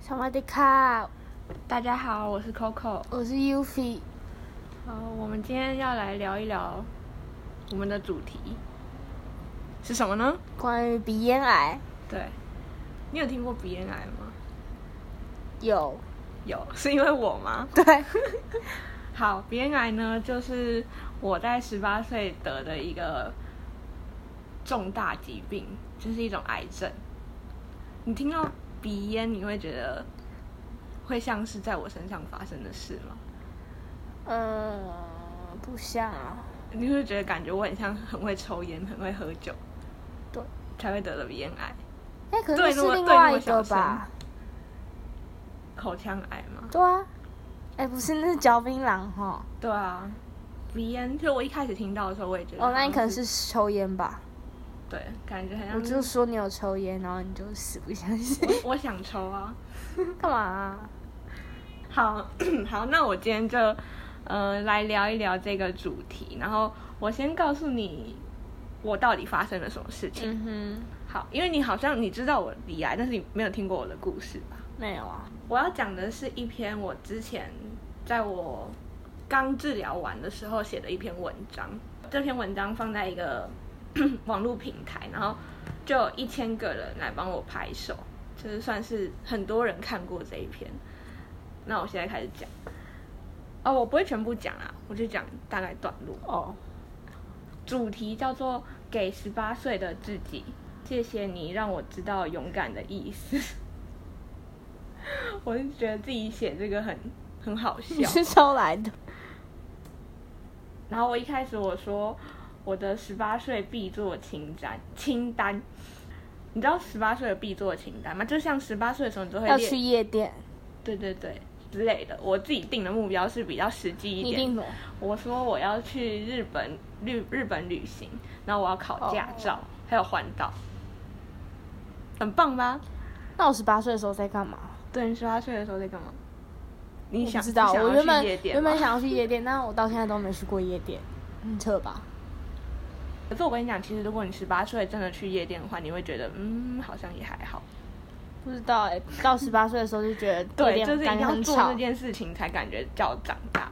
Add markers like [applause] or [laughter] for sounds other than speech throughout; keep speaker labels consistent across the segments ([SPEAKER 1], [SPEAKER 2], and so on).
[SPEAKER 1] 小马迪卡，
[SPEAKER 2] 大家好，我是 Coco。
[SPEAKER 1] 我是 Ufi。
[SPEAKER 2] 呃，我们今天要来聊一聊我们的主题是什么呢？
[SPEAKER 1] 关于鼻咽癌，
[SPEAKER 2] 对，你有听过鼻咽癌吗？
[SPEAKER 1] 有
[SPEAKER 2] 有，是因为我吗？
[SPEAKER 1] 对，
[SPEAKER 2] 好，鼻咽癌呢，就是我在十八岁得的一个重大疾病，就是一种癌症。你听到鼻咽，你会觉得会像是在我身上发生的事吗？
[SPEAKER 1] [laughs] 呃，不像啊，
[SPEAKER 2] 你会觉得感觉我很像很会抽烟、很会喝酒，
[SPEAKER 1] 对，
[SPEAKER 2] 才会得了鼻咽癌、
[SPEAKER 1] 哎、可
[SPEAKER 2] 对
[SPEAKER 1] 是
[SPEAKER 2] 那么
[SPEAKER 1] 是另
[SPEAKER 2] 对那
[SPEAKER 1] 外
[SPEAKER 2] 么
[SPEAKER 1] 一
[SPEAKER 2] 小
[SPEAKER 1] 个吧？
[SPEAKER 2] 口腔癌吗？
[SPEAKER 1] 对啊，哎、不是，那是嚼槟榔哈。
[SPEAKER 2] 对啊，鼻咽。就我一开始听到的时候，我也觉得
[SPEAKER 1] 哦，那你
[SPEAKER 2] 好像
[SPEAKER 1] 可能是抽烟吧？
[SPEAKER 2] 对，感觉很像
[SPEAKER 1] 我就说你有抽烟，然后你就死不相信，
[SPEAKER 2] 我我想抽啊。
[SPEAKER 1] [laughs] 干嘛、啊？
[SPEAKER 2] 好 [clears throat] 好，那我今天就呃来聊一聊这个主题，然后我先告诉你我到底发生了什么事情。
[SPEAKER 1] 嗯哼，
[SPEAKER 2] 好，因为你好像你知道我鼻癌，但是你没有听过我的故事吧？
[SPEAKER 1] 没有啊。
[SPEAKER 2] 我要讲的是一篇我之前在我刚治疗完的时候写的一篇文章。这篇文章放在一个 [coughs] 网络平台，然后就有一千个人来帮我拍手，就是算是很多人看过这一篇。那我现在开始讲。哦，我不会全部讲啊，我就讲大概段落。
[SPEAKER 1] 哦，
[SPEAKER 2] 主题叫做“给十八岁的自己”，谢谢你让我知道勇敢的意思。 [laughs] 我是觉得自己写这个很很好
[SPEAKER 1] [laughs] 你
[SPEAKER 2] 笑。
[SPEAKER 1] 是抽来的？
[SPEAKER 2] 然后我一开始我说我的十八岁必做清单清单，你知道十八岁的必做清单吗？就像十八岁的时候你都会
[SPEAKER 1] 要
[SPEAKER 2] 列
[SPEAKER 1] 去夜店？
[SPEAKER 2] 对对对之类的。我自己定的目标是比较实际一
[SPEAKER 1] 你
[SPEAKER 2] 点，
[SPEAKER 1] 定的？
[SPEAKER 2] 我说我要去日本日日本旅行，然后我要考驾照
[SPEAKER 1] 哦
[SPEAKER 2] 还有环岛，很棒吧？
[SPEAKER 1] 那我十八岁的时候在干嘛？
[SPEAKER 2] 对，你十八岁的时候在干嘛？你
[SPEAKER 1] 我
[SPEAKER 2] 想
[SPEAKER 1] 不知道，
[SPEAKER 2] 是想
[SPEAKER 1] 我
[SPEAKER 2] 要
[SPEAKER 1] 原
[SPEAKER 2] 去
[SPEAKER 1] 本
[SPEAKER 2] 夜店
[SPEAKER 1] 原
[SPEAKER 2] 吗
[SPEAKER 1] 本，想要去夜店，但我到现在都没去过夜店，很扯吧？
[SPEAKER 2] 可是我跟你讲，其实如果你十八岁真的去夜店的话，你会觉得嗯，好像也还好。
[SPEAKER 1] 不知道哎、到十八岁的时候就觉得
[SPEAKER 2] 对，
[SPEAKER 1] 夜
[SPEAKER 2] 就
[SPEAKER 1] 店
[SPEAKER 2] 是一定
[SPEAKER 1] 感觉
[SPEAKER 2] 要
[SPEAKER 1] 很
[SPEAKER 2] 做
[SPEAKER 1] 吵
[SPEAKER 2] 这，件事情才感觉叫长大，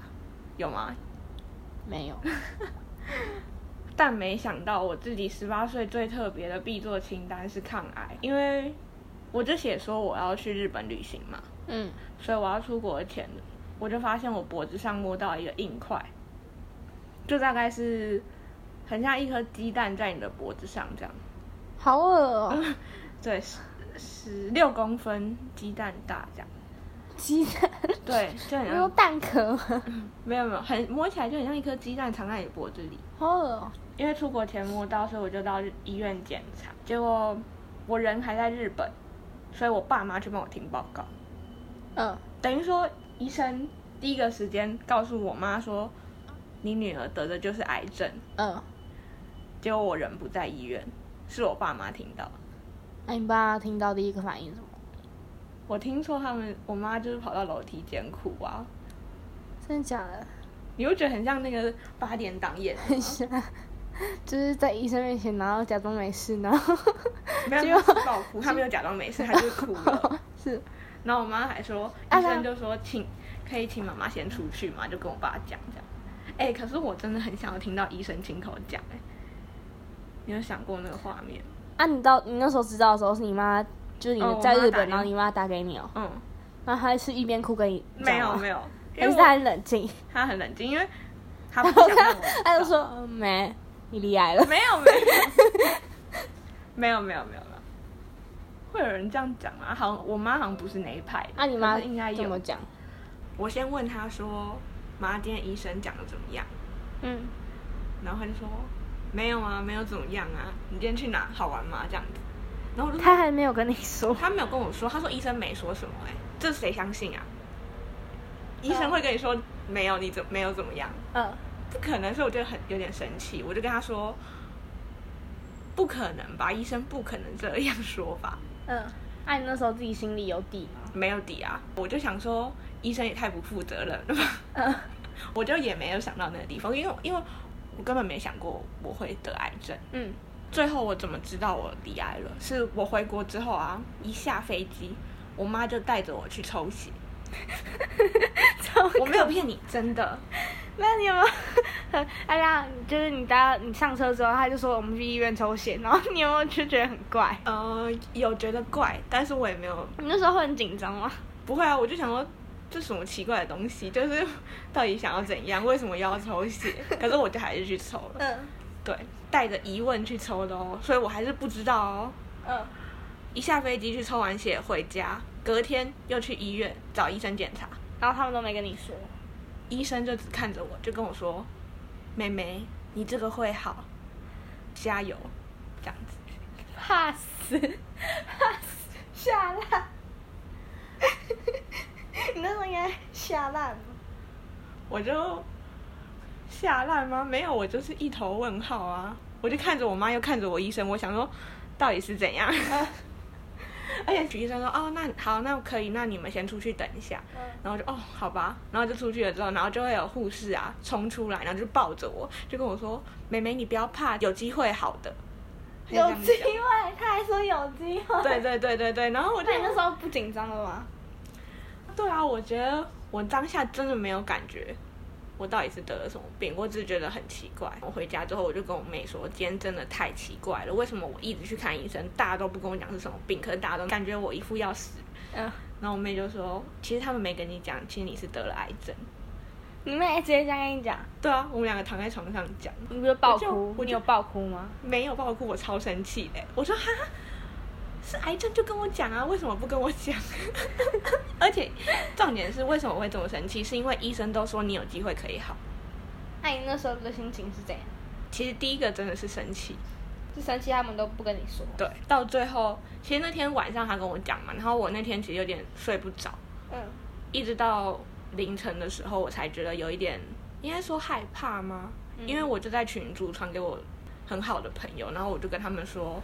[SPEAKER 2] 有吗？
[SPEAKER 1] 没有，
[SPEAKER 2] 但没想到我自己十八岁最特别的必做清单是抗癌，因为我就写说我要去日本旅行嘛，
[SPEAKER 1] [laughs] 嗯，
[SPEAKER 2] 所以我要出国前，我就发现我脖子上摸到一个硬块，就大概是很像一颗鸡蛋在你的脖子上这样，
[SPEAKER 1] 好恶哦、
[SPEAKER 2] 对，十十六公分鸡蛋大这样，
[SPEAKER 1] 鸡蛋，
[SPEAKER 2] 对，就很
[SPEAKER 1] [laughs] 没有
[SPEAKER 2] 像
[SPEAKER 1] 蛋壳吗，
[SPEAKER 2] 没有没有，很摸起来就很像一颗鸡蛋藏在你脖子里。
[SPEAKER 1] 好恶哦、
[SPEAKER 2] 因为出国前摸到，所以我就到医院检查，结果我人还在日本，所以我爸妈去帮我听报告。
[SPEAKER 1] 嗯，
[SPEAKER 2] 等于说医生第一个时间告诉我妈说，你女儿得的就是癌症。
[SPEAKER 1] 嗯，
[SPEAKER 2] 结果我人不在医院，是我爸妈听到。
[SPEAKER 1] 那你爸听到第一个反应是什么？
[SPEAKER 2] 我听说他们，我妈就是跑到楼梯间哭啊，
[SPEAKER 1] 真的假的？ [laughs]
[SPEAKER 2] 你会觉得很像那个八点档演的吗，
[SPEAKER 1] 很像，啊就是在医生面前，然后假装没事，然 [laughs] 后
[SPEAKER 2] 没有她是爆哭，她没有假装没事，她就哭了。
[SPEAKER 1] 是
[SPEAKER 2] 然后我妈还说，
[SPEAKER 1] 啊
[SPEAKER 2] 医
[SPEAKER 1] 那
[SPEAKER 2] 生就说请可以请妈妈先出去嘛，就跟我爸讲这样。哎、可是我真的很想要听到医生亲口讲哎、你有想过那个画面？
[SPEAKER 1] 啊，你到你那时候知道的时候，是你妈，就是
[SPEAKER 2] 哦我
[SPEAKER 1] 你
[SPEAKER 2] 妈
[SPEAKER 1] 在日
[SPEAKER 2] 打
[SPEAKER 1] 本，
[SPEAKER 2] 电
[SPEAKER 1] 然后你妈打给你哦、
[SPEAKER 2] 嗯，
[SPEAKER 1] 然后她是一边哭跟你
[SPEAKER 2] 没有没
[SPEAKER 1] 有，但
[SPEAKER 2] 有，因为
[SPEAKER 1] 是她
[SPEAKER 2] 我
[SPEAKER 1] 很冷静。
[SPEAKER 2] 他很冷静，因为他不想让我知道
[SPEAKER 1] [laughs] 他就说嗯没，你离癌了。
[SPEAKER 2] [laughs] 没有没有没有没有没有没有，会有人这样讲吗？好像我妈好像不是那一派的，
[SPEAKER 1] 啊那、你妈
[SPEAKER 2] 可是应该
[SPEAKER 1] 怎么
[SPEAKER 2] 有。
[SPEAKER 1] 讲？
[SPEAKER 2] 我先问她说，妈，今天医生讲的怎么样？
[SPEAKER 1] 嗯，
[SPEAKER 2] 然后他就说没有啊，没有怎么样啊，你今天去哪好玩吗？这样子。然后我
[SPEAKER 1] [laughs]
[SPEAKER 2] 就
[SPEAKER 1] 他
[SPEAKER 2] 说
[SPEAKER 1] 还没有跟你说。
[SPEAKER 2] 他没有跟我说，他说医生没说什么、哎，这谁相信啊？医生会跟你说没有，你怎没有怎么样？
[SPEAKER 1] 嗯，
[SPEAKER 2] 不可能，所以我就很有点生气，我就跟他说，不可能吧，医生不可能这样说吧， [laughs]
[SPEAKER 1] 嗯，那、你那时候自己心里有底吗？
[SPEAKER 2] 没有底啊。我就想说，医生也太不负责任了吧。
[SPEAKER 1] 嗯，
[SPEAKER 2] [laughs] 我就也没有想到那个地方，因为因为我根本没想过我会得癌症。
[SPEAKER 1] 嗯，
[SPEAKER 2] 最后我怎么知道我离癌了？是我回国之后啊，一下飞机，我妈就带着我去抽血，
[SPEAKER 1] [laughs] 超
[SPEAKER 2] 我没有骗你，真的。
[SPEAKER 1] 那你有没有？ [laughs] 大家就是你搭你上车之后，他就说我们去医院抽血，然后你有没有就觉得很怪？
[SPEAKER 2] 呃，有觉得怪，但是我也没有
[SPEAKER 1] 你那时候会很紧张吗？
[SPEAKER 2] 不会啊，我就想说这什么奇怪的东西，就是 [laughs] 到底想要怎样，为什么要抽血？可是我就还是去抽了，
[SPEAKER 1] 嗯
[SPEAKER 2] 对，带着疑问去抽的哦，所以我还是不知道哦。
[SPEAKER 1] 嗯，
[SPEAKER 2] 一下飞机去抽完血回家，隔天又去医院找医生检查，
[SPEAKER 1] 然后他们都没跟你说，
[SPEAKER 2] 医生就只看着我，就跟我说：“妹妹，你这个会好，加油。”这样子，
[SPEAKER 1] 怕死，怕死，吓烂。 [laughs] 你那时候应该吓烂吧
[SPEAKER 2] 我就吓烂吗？没有，我就是一头问号啊！我就看着我妈，又看着我医生，我想说到底是怎样？
[SPEAKER 1] 啊
[SPEAKER 2] 而且许医生说：“哦，那好，那可以，那你们先出去等一下。”
[SPEAKER 1] 嗯
[SPEAKER 2] 然后就哦，好吧，然后就出去了之后，然后就会有护士啊冲出来，然后就抱着我，就跟我说：“妹妹，你不要怕，有机会好的。”她就这
[SPEAKER 1] 有
[SPEAKER 2] 样
[SPEAKER 1] 机
[SPEAKER 2] 讲
[SPEAKER 1] 会，他还说有机会。
[SPEAKER 2] 对对对对对，然后我就
[SPEAKER 1] 那你那时候不紧张了吗？
[SPEAKER 2] 对啊，我觉得我当下真的没有感觉，我到底是得了什么病，我只是觉得很奇怪。我回家之后，我就跟我妹说，今天真的太奇怪了，为什么我一直去看医生，大家都不跟我讲是什么病，可是大家都感觉我一副要死。
[SPEAKER 1] 嗯，
[SPEAKER 2] 然后我妹就说，其实他们没跟你讲，其实你是得了癌症。
[SPEAKER 1] 你妹直接这样跟你讲，
[SPEAKER 2] 对啊，我们两个躺在床上讲，
[SPEAKER 1] 你不是爆
[SPEAKER 2] 我就
[SPEAKER 1] 哭？
[SPEAKER 2] 我就
[SPEAKER 1] 你有爆哭吗？
[SPEAKER 2] 没有爆哭，我超生气的。我说哈，是癌症就跟我讲啊，为什么不跟我讲？ [laughs] 而且重点是为什么我会这么生气，是因为医生都说你有机会可以好。
[SPEAKER 1] 那你那时候的心情是怎样？
[SPEAKER 2] 其实第一个真的是生气，
[SPEAKER 1] 是生气他们都不跟你说？
[SPEAKER 2] 对，到最后，其实那天晚上他跟我讲嘛，然后我那天其实有点睡不着，
[SPEAKER 1] 嗯，
[SPEAKER 2] 一直到凌晨的时候，我才觉得有一点，应该说害怕吗？
[SPEAKER 1] 嗯
[SPEAKER 2] 因为我就在群组传给我很好的朋友，然后我就跟他们说，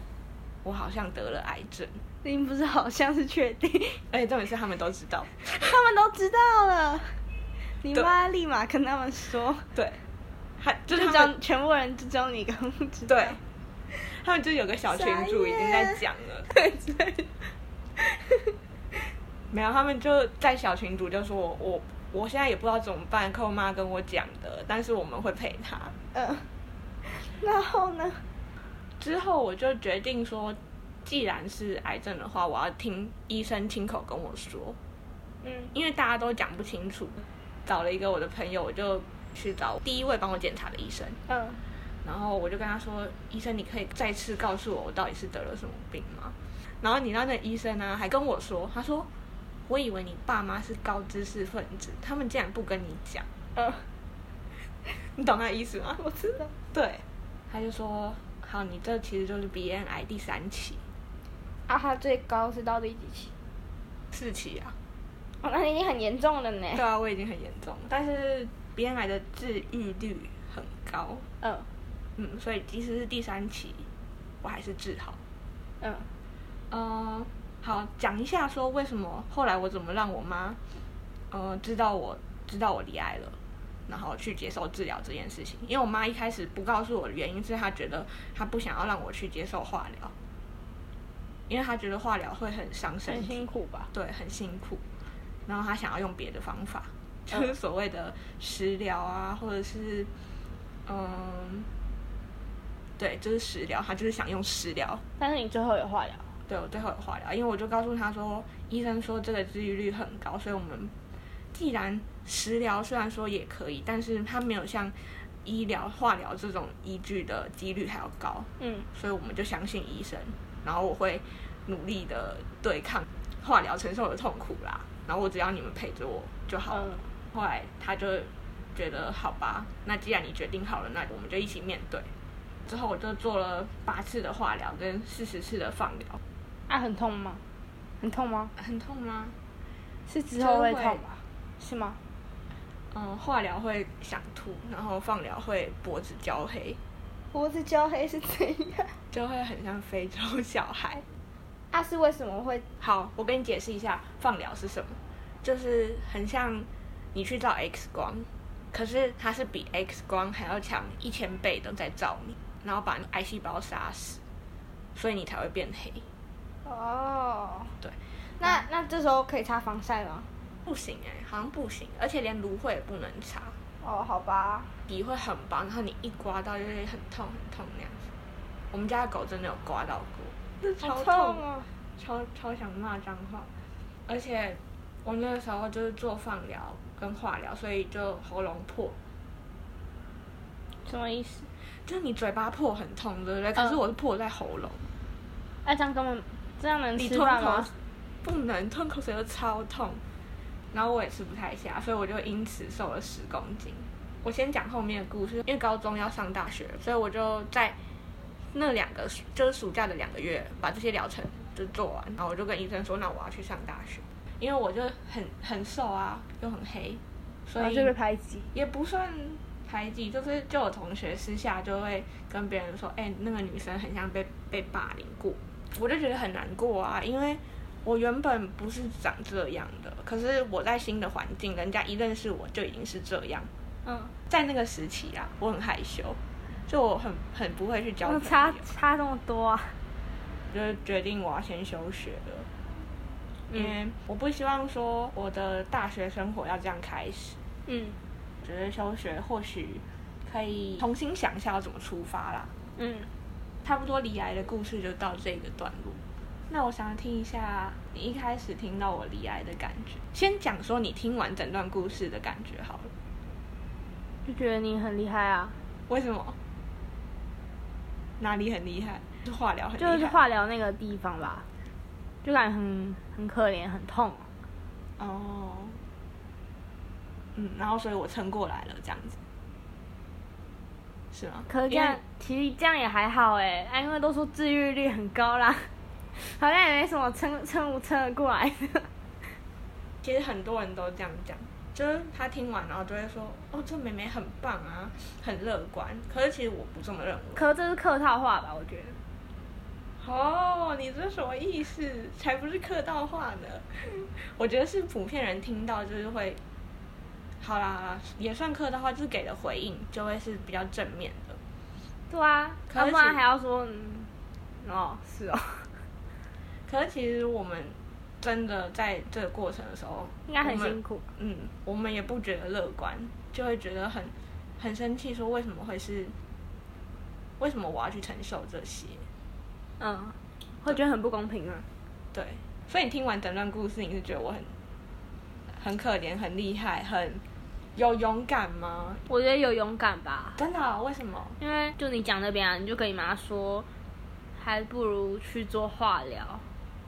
[SPEAKER 2] 我好像得了癌症，
[SPEAKER 1] 你不是好像是确定， [laughs]
[SPEAKER 2] 而且重点是他们都知道，
[SPEAKER 1] 他们都知道了。你
[SPEAKER 2] 对
[SPEAKER 1] 妈立马跟他们说，
[SPEAKER 2] 对，还就
[SPEAKER 1] 就是只
[SPEAKER 2] 他们
[SPEAKER 1] 有全部人就只有你跟我知道。
[SPEAKER 2] 对，他们就有个小群主已经在讲了，
[SPEAKER 1] 对对，
[SPEAKER 2] 没有，他们就在小群组就说我我我现在也不知道怎么办，寇妈跟我讲的，但是我们会陪她。
[SPEAKER 1] [laughs] 嗯。然后呢？
[SPEAKER 2] 之后我就决定说，既然是癌症的话，我要听医生亲口跟我说，
[SPEAKER 1] 嗯
[SPEAKER 2] 因为大家都讲不清楚。找了一个我的朋友，我就去找第一位帮我检查的医生，
[SPEAKER 1] 嗯
[SPEAKER 2] 然后我就跟他说：“医生，你可以再次告诉我我到底是得了什么病吗？”然后你知道那医生呢、还跟我说：“他说我以为你爸妈是高知识分子，他们竟然不跟你讲。”
[SPEAKER 1] 嗯，
[SPEAKER 2] 你懂他意思 [laughs] 吗？
[SPEAKER 1] 我知道。
[SPEAKER 2] 对，他就说，好，你这其实就是鼻咽癌第三期，
[SPEAKER 1] 啊，他最高是到第几期？
[SPEAKER 2] 四期啊。
[SPEAKER 1] 哦，那已经很严重了呢。
[SPEAKER 2] 对啊，我已经很严重了，但是鼻咽癌的治愈率很高，
[SPEAKER 1] 嗯
[SPEAKER 2] 嗯，所以即使是第三期，我还是治好。
[SPEAKER 1] 嗯
[SPEAKER 2] 嗯，好，讲一下说为什么后来我怎么让我妈，呃，知道我知道我离癌了，然后去接受治疗这件事情。因为我妈一开始不告诉我的原因是她觉得她不想要让我去接受化疗，因为她觉得化疗会很伤身
[SPEAKER 1] 很
[SPEAKER 2] 体，
[SPEAKER 1] 辛苦吧？
[SPEAKER 2] 对，很辛苦。然后她想要用别的方法，
[SPEAKER 1] 嗯
[SPEAKER 2] 就是所谓的食疗啊，或者是嗯，对，就是食疗，她就是想用食疗
[SPEAKER 1] 但是你最后有化疗，
[SPEAKER 2] 对我最后有化疗，因为我就告诉他说，医生说这个治愈率很高，所以我们既然食疗虽然说也可以，但是它没有像医疗、化疗这种依据的几率还要高，
[SPEAKER 1] 嗯，
[SPEAKER 2] 所以我们就相信医生，然后我会努力的对抗化疗承受的痛苦啦，然后我只要你们陪着我就好了。
[SPEAKER 1] 嗯
[SPEAKER 2] 后来他就觉得好吧，那既然你决定好了，那我们就一起面对。之后我就做了八次的化疗跟四十次的放疗，
[SPEAKER 1] 啊，很痛吗？很痛吗？
[SPEAKER 2] 很痛吗？
[SPEAKER 1] 是之后会痛吧？是吗？
[SPEAKER 2] 嗯，化疗会想吐，然后放疗会脖子焦黑，
[SPEAKER 1] 脖子焦黑是怎样？
[SPEAKER 2] 就会很像非洲小孩。
[SPEAKER 1] [laughs]
[SPEAKER 2] [laughs]
[SPEAKER 1] 啊，是为什么会？
[SPEAKER 2] 好，我跟你解释一下放疗是什么，就是很像你去照 X 光，可是它是比 X 光还要强一千倍的在照你，然后把癌细胞杀死，所以你才会变黑。
[SPEAKER 1] 哦，
[SPEAKER 2] 对，
[SPEAKER 1] 那那这时候可以擦防晒吗？
[SPEAKER 2] 不行哎、好像不行，而且连芦荟也不能擦，
[SPEAKER 1] 哦，好吧，
[SPEAKER 2] 底会很薄，然后你一刮到就是很痛很痛那样子。我们家的狗真的有刮到过，那
[SPEAKER 1] 好
[SPEAKER 2] 超
[SPEAKER 1] 痛
[SPEAKER 2] 痛
[SPEAKER 1] 哦。
[SPEAKER 2] 超超想骂脏话，而且我那个时候就是做放疗跟化疗，所以就喉咙破，
[SPEAKER 1] 什么意思？
[SPEAKER 2] 就是你嘴巴破很痛，对不对？可是我是破在喉咙，
[SPEAKER 1] 那啊这样根本这样能
[SPEAKER 2] 你
[SPEAKER 1] 吃
[SPEAKER 2] 吞
[SPEAKER 1] 饭
[SPEAKER 2] 口
[SPEAKER 1] 吗？
[SPEAKER 2] 不能吞口水又超痛，然后我也吃不太下，所以我就因此瘦了十公斤。我先讲后面的故事，因为高中要上大学，所以我就在那两个暑就是暑假的两个月把这些疗程就做完，然后我就跟医生说，那我要去上大学，因为我就很很瘦啊，又很黑，所
[SPEAKER 1] 然后
[SPEAKER 2] 以
[SPEAKER 1] 啊就被排挤。
[SPEAKER 2] 也不算排挤，就是就有同学私下就会跟别人说，哎、那个女生很像被被霸凌过，我就觉得很难过啊，因为我原本不是长这样的，可是我在新的环境，人家一认识我就已经是这样，
[SPEAKER 1] 嗯，
[SPEAKER 2] 在那个时期啊，我很害羞，就我很很不会去交
[SPEAKER 1] 那
[SPEAKER 2] 朋
[SPEAKER 1] 差
[SPEAKER 2] 友，
[SPEAKER 1] 差这么多啊？
[SPEAKER 2] 就是决定我要先休学了。因为
[SPEAKER 1] 嗯
[SPEAKER 2] 我不希望说我的大学生活要这样开始，
[SPEAKER 1] 嗯
[SPEAKER 2] 觉得休学或许可以重新想一下要怎么出发啦。
[SPEAKER 1] 嗯，
[SPEAKER 2] 差不多离癌的故事就到这个段落。那我想听一下你一开始听到我离癌的感觉，先讲说你听完整段故事的感觉好了。
[SPEAKER 1] 就觉得你很厉害啊，
[SPEAKER 2] 为什么？哪里很厉害？是化疗很厉害，
[SPEAKER 1] 就是化疗那个地方吧，就感觉很很可怜，很痛。
[SPEAKER 2] 哦。嗯，然后所以我撑过来了，这样子，是吗？
[SPEAKER 1] 可是这
[SPEAKER 2] 因
[SPEAKER 1] 样
[SPEAKER 2] 为
[SPEAKER 1] 其实这样也还好哎，啊，因为都说治愈率很高啦， [laughs] 好像也没什么撑撑不撑得过来 [laughs] 的。
[SPEAKER 2] 其实很多人都这样讲，就是他听完然后就会说，哦，这妹妹很棒啊，很乐观。可是其实我不这么认为。
[SPEAKER 1] 可是这是客套话吧？我觉得
[SPEAKER 2] 哦，你这什么意思？才不是客套话呢！ [laughs] 我觉得是普遍人听到就是会，好啦好啦，也算客套话，就是给的回应就会是比较正面的。
[SPEAKER 1] 对啊，
[SPEAKER 2] 可
[SPEAKER 1] 要不然
[SPEAKER 2] 是
[SPEAKER 1] 还要说嗯，哦是哦， [laughs]
[SPEAKER 2] 可是其实我们真的在这个过程的时候，
[SPEAKER 1] 应该很
[SPEAKER 2] 我们
[SPEAKER 1] 辛苦。
[SPEAKER 2] 嗯，我们也不觉得乐观，就会觉得很很生气，说为什么会是，为什么我要去承受这些？
[SPEAKER 1] 嗯，会觉得很不公平啊。
[SPEAKER 2] 对，所以你听完整段故事，你是觉得我很很可怜、很厉害、很有勇敢吗？
[SPEAKER 1] 我觉得有勇敢吧，
[SPEAKER 2] 真的啊、为什么？
[SPEAKER 1] 因为就你讲那边啊，你就跟你妈说，还不如去做化疗，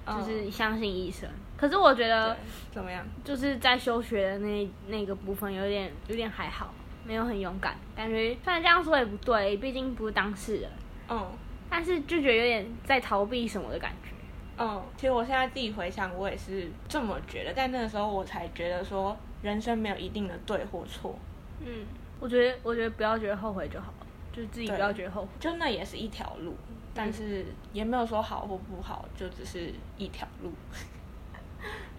[SPEAKER 1] 就
[SPEAKER 2] 嗯
[SPEAKER 1] 是相信医生。可是我觉得
[SPEAKER 2] 对怎么样？
[SPEAKER 1] 就是在休学的那那个部分有点有点还好，没有很勇敢，感觉虽然这样说也不对，毕竟不是当事人，
[SPEAKER 2] 嗯
[SPEAKER 1] 但是就觉得有点在逃避什么的感觉。
[SPEAKER 2] 嗯，其实我现在自己回想，我也是这么觉得，但那个时候我才觉得说，人生没有一定的对或错，
[SPEAKER 1] 嗯，我觉得我觉得不要觉得后悔就好了，就自己
[SPEAKER 2] 对
[SPEAKER 1] 不要觉得后悔。
[SPEAKER 2] 就那也是一条路，但是也没有说好或不好，就只是一条路。 [laughs]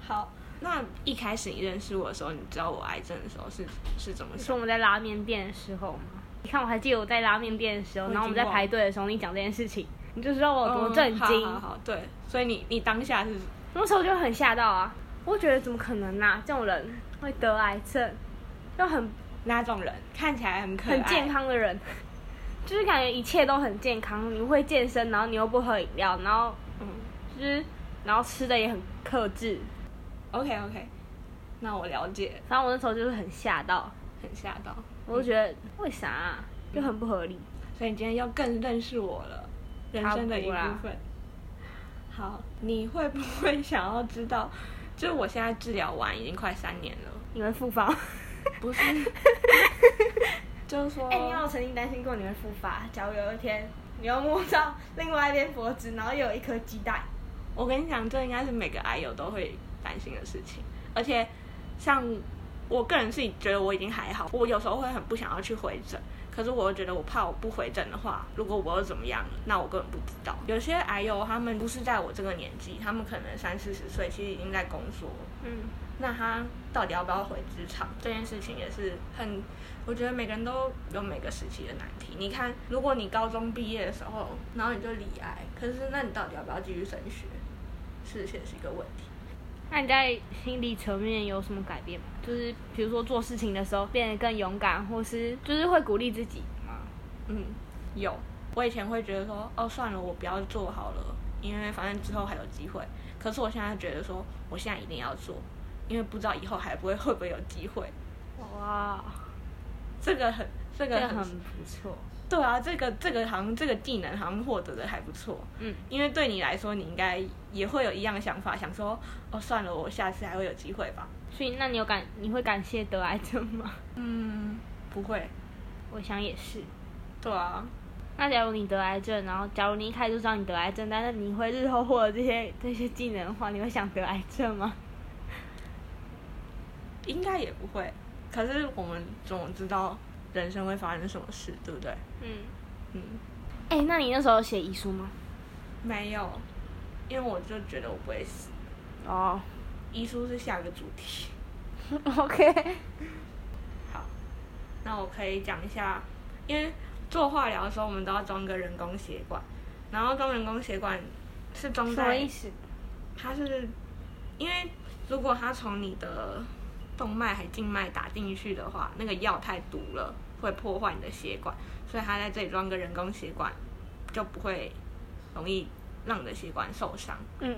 [SPEAKER 2] 好，那一开始你认识我的时候，你知道我癌症的时候是是怎么
[SPEAKER 1] 是
[SPEAKER 2] 想
[SPEAKER 1] 我们
[SPEAKER 2] 的？
[SPEAKER 1] 在拉面店的时候吗？你看，我还记得我在拉面店的时候，
[SPEAKER 2] 我已经
[SPEAKER 1] 然后我们在排队的时候，你讲这件事情，你就知道我有多震惊。
[SPEAKER 2] 嗯好好好，对，所以你你当下是
[SPEAKER 1] 那时候我就很吓到啊，我觉得怎么可能啊，这种人会得癌症，又很
[SPEAKER 2] 哪种人？看起来很可爱，
[SPEAKER 1] 很健，康的人，就是感觉一切都很健康。你会健身，然后你又不喝饮料，然后
[SPEAKER 2] 嗯
[SPEAKER 1] 就是然后吃的也很克制。
[SPEAKER 2] ，OK OK，那我了解，
[SPEAKER 1] 然后我那时候就是很吓到，
[SPEAKER 2] 很吓到，
[SPEAKER 1] 我就觉得为啥、啊、就很不合理。
[SPEAKER 2] 所以你今天要更认识我了，人生的一部
[SPEAKER 1] 差不多
[SPEAKER 2] 分。好，你会不会想要知道？就是我现在治疗完已经快三年了，
[SPEAKER 1] 你们复发？
[SPEAKER 2] 不是， [laughs] 就是说，
[SPEAKER 1] 哎、你有没有曾经担心过你会复发？假如有一天你又摸到另外一边脖子，然后又有一颗鸡蛋，
[SPEAKER 2] 我跟你讲，这应该是每个癌友都会担心的事情。而且，像我个人是觉得我已经还好，我有时候会很不想要去回诊，可是我又觉得我怕我不回诊的话，如果我又怎么样了，那我根本不知道。有些癌友他们不是在我这个年纪，他们可能三四十岁，其实已经在工作了。
[SPEAKER 1] 嗯，
[SPEAKER 2] 那他到底要不要回职场这件事情也是很，我觉得每个人都有每个时期的难题。你看，如果你高中毕业的时候，然后你就离癌，可是那你到底要不要继续升学，是也是一个问题。
[SPEAKER 1] 那你在心理层面有什么改变吗？就是比如说做事情的时候变得更勇敢，或是就是会鼓励自己吗？
[SPEAKER 2] 嗯，有。我以前会觉得说，哦，算了，我不要做好了，因为反正之后还有机会。可是我现在觉得说，我现在一定要做，因为不知道以后还不会会不会有机会。
[SPEAKER 1] 哇，
[SPEAKER 2] 这个很，这
[SPEAKER 1] 这
[SPEAKER 2] 个
[SPEAKER 1] 个
[SPEAKER 2] 很，
[SPEAKER 1] 很不错。
[SPEAKER 2] 对啊，这个这个好像这个技能好像获得的还不错。
[SPEAKER 1] 嗯，
[SPEAKER 2] 因为对你来说，你应该也会有一样的想法，想说，哦，算了，我下次还会有机会吧。
[SPEAKER 1] 所以那你有感你会感谢得癌症 [laughs] 吗？
[SPEAKER 2] 嗯，不会。
[SPEAKER 1] 我想也是。
[SPEAKER 2] 对啊，
[SPEAKER 1] 那假如你得癌症，然后假如你一开始就知道你得癌症，但是你会日后获得这些这些技能的话，你会想得癌症吗？
[SPEAKER 2] 应该也不会。可是我们总知道人生会发生什么事，对不对？
[SPEAKER 1] 嗯，
[SPEAKER 2] 嗯，
[SPEAKER 1] 哎、那你那时候有写遗书吗？
[SPEAKER 2] 没有，因为我就觉得我不会死。
[SPEAKER 1] [laughs] 哦、
[SPEAKER 2] 遗书是下个主题。
[SPEAKER 1] o k
[SPEAKER 2] 好，那我可以讲一下，因为做化疗的时候，我们都要装个人工血管，然后装人工血管是装
[SPEAKER 1] 什么
[SPEAKER 2] 在
[SPEAKER 1] 意思？
[SPEAKER 2] 它是因为如果它从你的动脉还静脉打进去的话，那个药太毒了，会破坏你的血管，所以它在这里装个人工血管，就不会容易让你的血管受伤。
[SPEAKER 1] 嗯，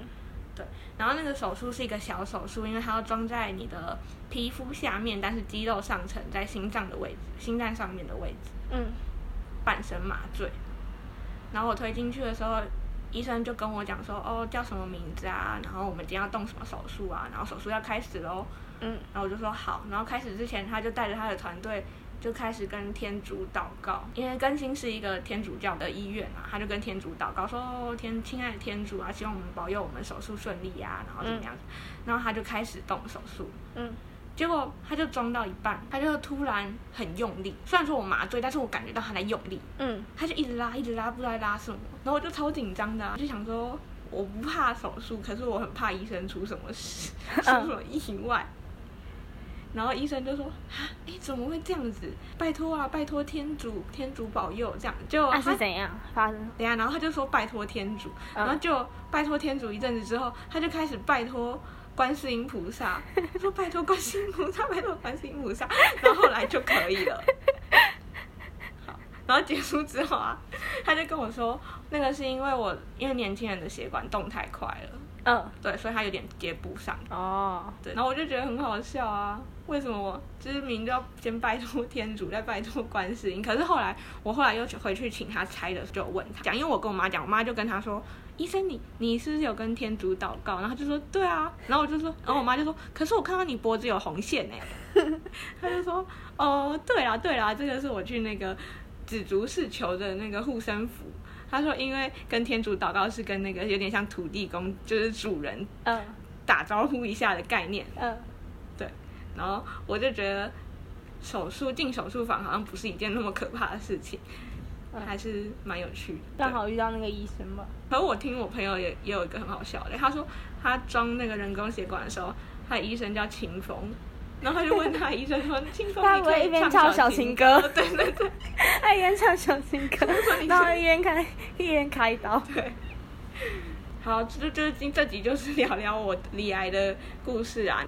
[SPEAKER 2] 对，然后那个手术是一个小手术，因为它要装在你的皮肤下面，但是肌肉上层在心脏的位置，心脏上面的位置，
[SPEAKER 1] 嗯，
[SPEAKER 2] 半身麻醉。然后我推进去的时候，医生就跟我讲说，哦，叫什么名字啊？然后我们今天要动什么手术啊？然后手术要开始喽。
[SPEAKER 1] 嗯，
[SPEAKER 2] 然后我就说好。然后开始之前，他就带着他的团队就开始跟天主祷告，因为更新是一个天主教的医院嘛，他就跟天主祷告说：“哦、天，亲爱的天主啊，希望我们保佑我们手术顺利呀、然后怎么样子。然后他就开始动手术。
[SPEAKER 1] 嗯，
[SPEAKER 2] 结果他就装到一半，他就突然很用力。虽然说我麻醉，但是我感觉到他在用力，
[SPEAKER 1] 嗯，
[SPEAKER 2] 他就一直拉，一直拉，不知道在拉什么。然后我就超紧张的啊、我就想说我不怕手术，可是我很怕医生出什么
[SPEAKER 1] [laughs]
[SPEAKER 2] 事，出什么意外。然后医生就说：“啊，你怎么会这样子？拜托啊，拜托天主，天主保佑这样。”就
[SPEAKER 1] [laughs] 那、
[SPEAKER 2] 他
[SPEAKER 1] 啊是怎样发生？
[SPEAKER 2] 等一下，然后他就说拜托天主，
[SPEAKER 1] 嗯
[SPEAKER 2] 然后就拜托天主一阵子之后，他就开始拜托观世音菩萨，他说拜托观世音菩萨，拜托观世音菩萨，然后后来就可以了。好，然后结束之后啊，他就跟我说，那个是因为我因为年轻人的血管动太快了，
[SPEAKER 1] [laughs] 嗯，
[SPEAKER 2] 对，所以他有点接不上。
[SPEAKER 1] 哦，
[SPEAKER 2] 对，然后我就觉得很好笑啊，为什么我就是明明就要先拜托天主，再拜托观世音，可是后来我后来又回去请他拆的时候，就问他讲，因为我跟我妈讲，我妈就跟他说，医生你你是不是有跟天主祷告？然后他就说对啊，然后我就说，然后我妈就说，可是我看到你脖子有红线哎、他就说哦对啦对啦，这个是我去那个紫竹寺求的那个护身符。他说：“因为跟天主祷告是跟那个有点像土地公，就是主人
[SPEAKER 1] 嗯，
[SPEAKER 2] 打招呼一下的概念，
[SPEAKER 1] 嗯，
[SPEAKER 2] 然后我就觉得手术进手术房好像不是一件那么可怕的事情，
[SPEAKER 1] 嗯
[SPEAKER 2] 还是蛮有趣的。
[SPEAKER 1] 刚好遇到那个医生吧。
[SPEAKER 2] 对，可我听我朋友也也有一个很好笑的，他说他装那个人工血管的时候，他的医生叫秦风，然后他就问他的医生
[SPEAKER 1] [laughs]
[SPEAKER 2] 说：“秦风，
[SPEAKER 1] 他
[SPEAKER 2] 你
[SPEAKER 1] 不
[SPEAKER 2] 可
[SPEAKER 1] 会
[SPEAKER 2] 以
[SPEAKER 1] 一边
[SPEAKER 2] 唱
[SPEAKER 1] 唱小情
[SPEAKER 2] 情
[SPEAKER 1] 歌，
[SPEAKER 2] [laughs] 对对对
[SPEAKER 1] 他一边唱小情 [laughs] 歌，然后一边开一边开 [laughs] 刀。
[SPEAKER 2] 对。好，这就就是今这集就是聊聊我离癌的故事啊。